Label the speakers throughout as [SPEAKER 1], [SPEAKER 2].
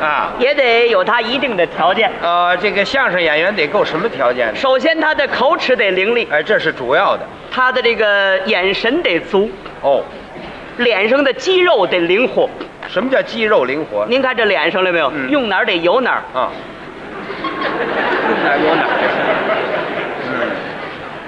[SPEAKER 1] 啊，
[SPEAKER 2] 也得有他一定的条件。
[SPEAKER 1] 呃，这个相声演员得够什么条件呢？
[SPEAKER 2] 首先，他的口齿得伶俐，
[SPEAKER 1] 哎，这是主要的
[SPEAKER 2] 他的这个眼神得足，
[SPEAKER 1] 哦。
[SPEAKER 2] 脸上的肌肉得灵活。
[SPEAKER 1] 什么叫肌肉灵活？
[SPEAKER 2] 您看这脸上了没有？
[SPEAKER 1] 嗯
[SPEAKER 2] 用哪儿得有哪儿。
[SPEAKER 1] 啊，用哪儿 有哪儿？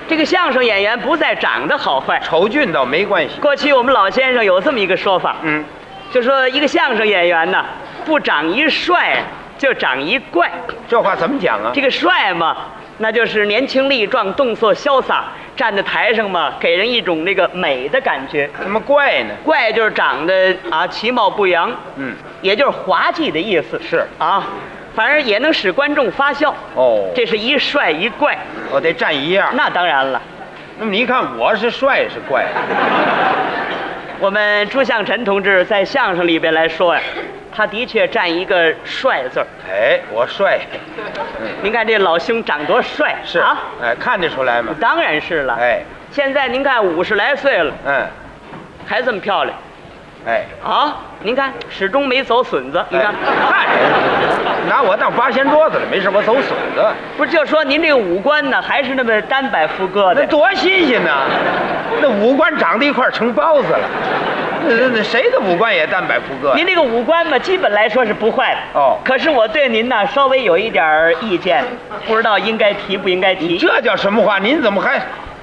[SPEAKER 2] 这个相声演员不在长得好坏。
[SPEAKER 1] 丑俊倒没关系。
[SPEAKER 2] 过去我们老先生有这么一个说法，
[SPEAKER 1] 嗯，
[SPEAKER 2] 就说一个相声演员呢，不长一帅就长一怪。
[SPEAKER 1] 这话怎么讲啊
[SPEAKER 2] 这？个帅嘛，那就是年轻力壮，动作潇洒，站在台上嘛，给人一种那个美的感觉。
[SPEAKER 1] 怎么怪呢？
[SPEAKER 2] 怪就是长得啊其貌不扬，
[SPEAKER 1] 嗯，
[SPEAKER 2] 也就是滑稽的意思。
[SPEAKER 1] 是
[SPEAKER 2] 啊，反正也能使观众发笑。
[SPEAKER 1] 哦，
[SPEAKER 2] 这是一帅一怪，
[SPEAKER 1] 我得占一样。
[SPEAKER 2] 那当然了。
[SPEAKER 1] 那么你看，我是帅是怪？
[SPEAKER 2] 我们朱向臣同志在相声里边来说呀，他的确占一个帅字儿。
[SPEAKER 1] 哎，我帅
[SPEAKER 2] 您看这老兄长多帅，
[SPEAKER 1] 是
[SPEAKER 2] 啊，
[SPEAKER 1] 哎，看得出来吗？
[SPEAKER 2] 当然是了。
[SPEAKER 1] 哎，
[SPEAKER 2] 现在您看五十来岁了，
[SPEAKER 1] 嗯，
[SPEAKER 2] 还这么漂亮
[SPEAKER 1] 哎，
[SPEAKER 2] 啊！您看始终没走损子，你看，
[SPEAKER 1] 哎看人，拿我当八仙桌子了，没事，我走损子，
[SPEAKER 2] 不是就说您这个五官呢，还是那么单摆副歌
[SPEAKER 1] 那
[SPEAKER 2] 的。
[SPEAKER 1] 多新鲜呐！那五官长在一块儿成包子了，那那那谁的五官也单摆副个呀
[SPEAKER 2] 您？这个五官嘛，基本来说是不坏的
[SPEAKER 1] 哦嗯
[SPEAKER 2] 可是我对您呢，稍微有一点儿意见，不知道应该提不应该提。
[SPEAKER 1] 这叫什么话？您怎么还，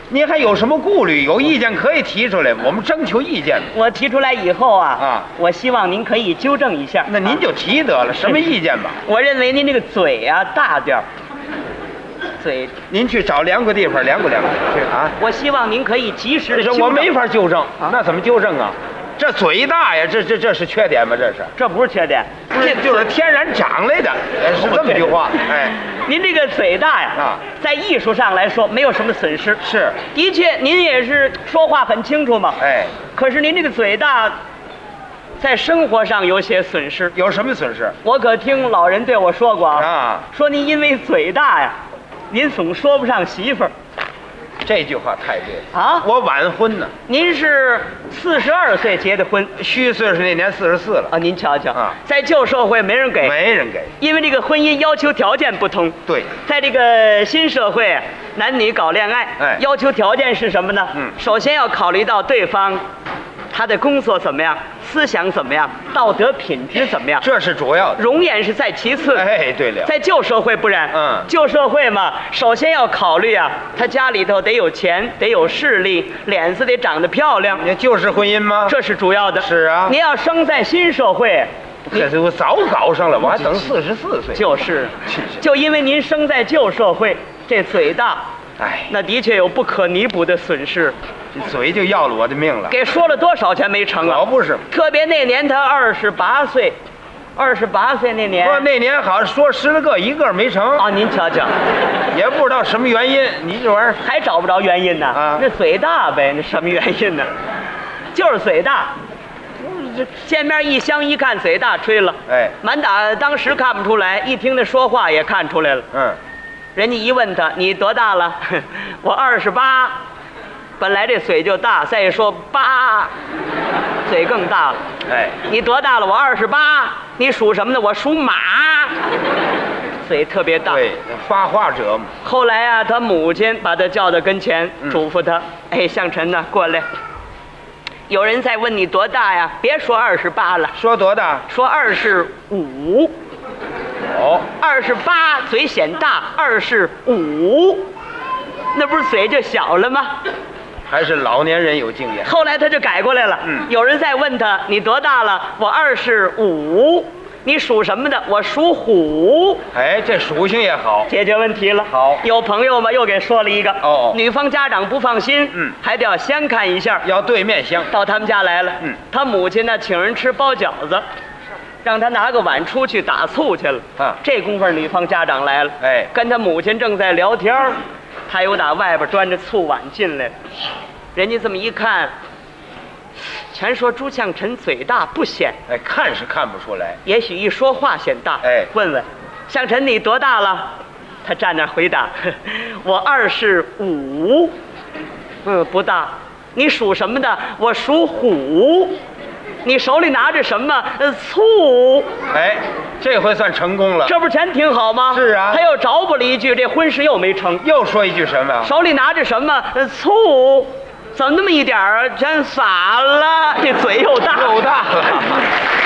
[SPEAKER 1] 您还有什么顾虑？有意见可以提出来，我们征求意见。
[SPEAKER 2] 我提出来以后啊，
[SPEAKER 1] 啊
[SPEAKER 2] 我希望您可以纠正一下。
[SPEAKER 1] 那您
[SPEAKER 2] 啊
[SPEAKER 1] 就提得了，什么意见吧？
[SPEAKER 2] 我认为您这个嘴啊大 点儿，嘴，
[SPEAKER 1] 您去找凉快地方凉快凉快去啊！
[SPEAKER 2] 我希望您可以及时的
[SPEAKER 1] 这
[SPEAKER 2] 纠正。
[SPEAKER 1] 我没，法纠正，那怎么纠正啊？这嘴大呀，这这这是缺点吗？这是，
[SPEAKER 2] 这不是缺点，
[SPEAKER 1] 这就是天然长来的，哎是这么句话。哎，
[SPEAKER 2] 您这个嘴大呀，
[SPEAKER 1] 啊
[SPEAKER 2] 在艺术上来说没有什么损失。
[SPEAKER 1] 是，
[SPEAKER 2] 的确，您也是说话很清楚嘛。
[SPEAKER 1] 哎，
[SPEAKER 2] 可是您这个嘴大，在生活上有些损失。
[SPEAKER 1] 有什么损失
[SPEAKER 2] 我可听老人对我说过啊，
[SPEAKER 1] 啊？
[SPEAKER 2] 说您因为嘴大呀，您总说不上媳妇儿
[SPEAKER 1] 这句话太对了。
[SPEAKER 2] 啊。
[SPEAKER 1] 我晚婚呢，
[SPEAKER 2] 您是四十二岁结的婚
[SPEAKER 1] 虚岁是那年四十四了，
[SPEAKER 2] 啊？您瞧瞧
[SPEAKER 1] 啊
[SPEAKER 2] 在旧社会没人给，
[SPEAKER 1] 没人给。
[SPEAKER 2] 因为这个婚姻要求条件不同。
[SPEAKER 1] 对，
[SPEAKER 2] 在这个新社会，男女搞恋爱，
[SPEAKER 1] 哎
[SPEAKER 2] 要求条件是什么呢？
[SPEAKER 1] 嗯
[SPEAKER 2] 首先要考虑到对方，他的工作怎么样，思想怎么样，道德品质怎么样，
[SPEAKER 1] 这是主要的。
[SPEAKER 2] 容颜是在其次。
[SPEAKER 1] 哎，对了，
[SPEAKER 2] 在旧社会不然，
[SPEAKER 1] 嗯
[SPEAKER 2] 旧社会嘛，首先要考虑啊，他家里头得有钱，得有势力，脸子得长得漂亮，
[SPEAKER 1] 你就是婚姻吗？
[SPEAKER 2] 这是主要的。
[SPEAKER 1] 是啊
[SPEAKER 2] 您要生在新社会，
[SPEAKER 1] 这这我早搞上了，我还等四十四岁。
[SPEAKER 2] 就是，
[SPEAKER 1] 是是
[SPEAKER 2] 就因为您生在旧社会，这嘴大，
[SPEAKER 1] 哎，
[SPEAKER 2] 那的确有不可弥补的损失。
[SPEAKER 1] 这嘴就要了我的命了。
[SPEAKER 2] 给说了多少钱没成
[SPEAKER 1] 老
[SPEAKER 2] 啊？
[SPEAKER 1] 不是，
[SPEAKER 2] 特别那年他二十八岁，二十八岁那年
[SPEAKER 1] 说那年好像说十来个，一个没成，
[SPEAKER 2] 哎啊，您瞧瞧，
[SPEAKER 1] 也不知道什么原因。你这玩意儿，
[SPEAKER 2] 还找不着原因呢。
[SPEAKER 1] 啊
[SPEAKER 2] 那嘴大呗，那什么原因呢？就是嘴大。见面一相一看，嘴大吹了。
[SPEAKER 1] 哎
[SPEAKER 2] 满打当时看不出来，一听他说话也看出来了。
[SPEAKER 1] 嗯，
[SPEAKER 2] 人家一问他你多大了， 我二十八，本来这嘴就大，再说八，嘴更大了。
[SPEAKER 1] 哎，
[SPEAKER 2] 你多大了？我二十八。你属什么的？我属马。嘴特别大。
[SPEAKER 1] 对，发话者嘛，
[SPEAKER 2] 后来啊，他母亲把他叫到跟前，
[SPEAKER 1] 嗯
[SPEAKER 2] 嘱咐他：“哎，向晨呐、过来。有人在问你多大呀？别说二十八了，
[SPEAKER 1] 说多大？
[SPEAKER 2] 说二十五。
[SPEAKER 1] 哦，
[SPEAKER 2] 二十八嘴显大，二十五，那不是嘴就小了吗？
[SPEAKER 1] 还是老年人有经验。
[SPEAKER 2] 后来他就改过来了。
[SPEAKER 1] 嗯
[SPEAKER 2] 有人在问他你多大了？我二十五。你属什么的？我属虎。
[SPEAKER 1] 哎，这属性也好。
[SPEAKER 2] 解决问题了。
[SPEAKER 1] 好
[SPEAKER 2] 有朋友嘛又给说了一个。
[SPEAKER 1] 哦哦
[SPEAKER 2] 女方家长不放心，
[SPEAKER 1] 嗯
[SPEAKER 2] 还得要先看一下。
[SPEAKER 1] 要对面相，
[SPEAKER 2] 到他们家来了，
[SPEAKER 1] 嗯
[SPEAKER 2] 他母亲呢请人吃包饺子，让他拿个碗出去打醋去了。
[SPEAKER 1] 啊
[SPEAKER 2] 这功夫儿女方家长来了，
[SPEAKER 1] 哎
[SPEAKER 2] 跟他母亲正在聊天儿他又打外边端着醋碗进来了，人家这么一看，全说朱向臣嘴大不显，
[SPEAKER 1] 哎，看是看不出来。
[SPEAKER 2] 也许一说话显大。
[SPEAKER 1] 哎
[SPEAKER 2] 问问，向晨你多大了？他站那儿回答：“我二十五。”嗯，不大。你属什么的？我属虎。你手里拿着什么？呃，醋，
[SPEAKER 1] 哎，这回算成功了。
[SPEAKER 2] 这不是全挺好吗？
[SPEAKER 1] 是啊
[SPEAKER 2] 他又找补了一句，这婚事又没成。
[SPEAKER 1] 又说一句什么？
[SPEAKER 2] 手里拿着什么？呃，醋，怎么那么一点儿全洒了？这嘴又大
[SPEAKER 1] 又大了。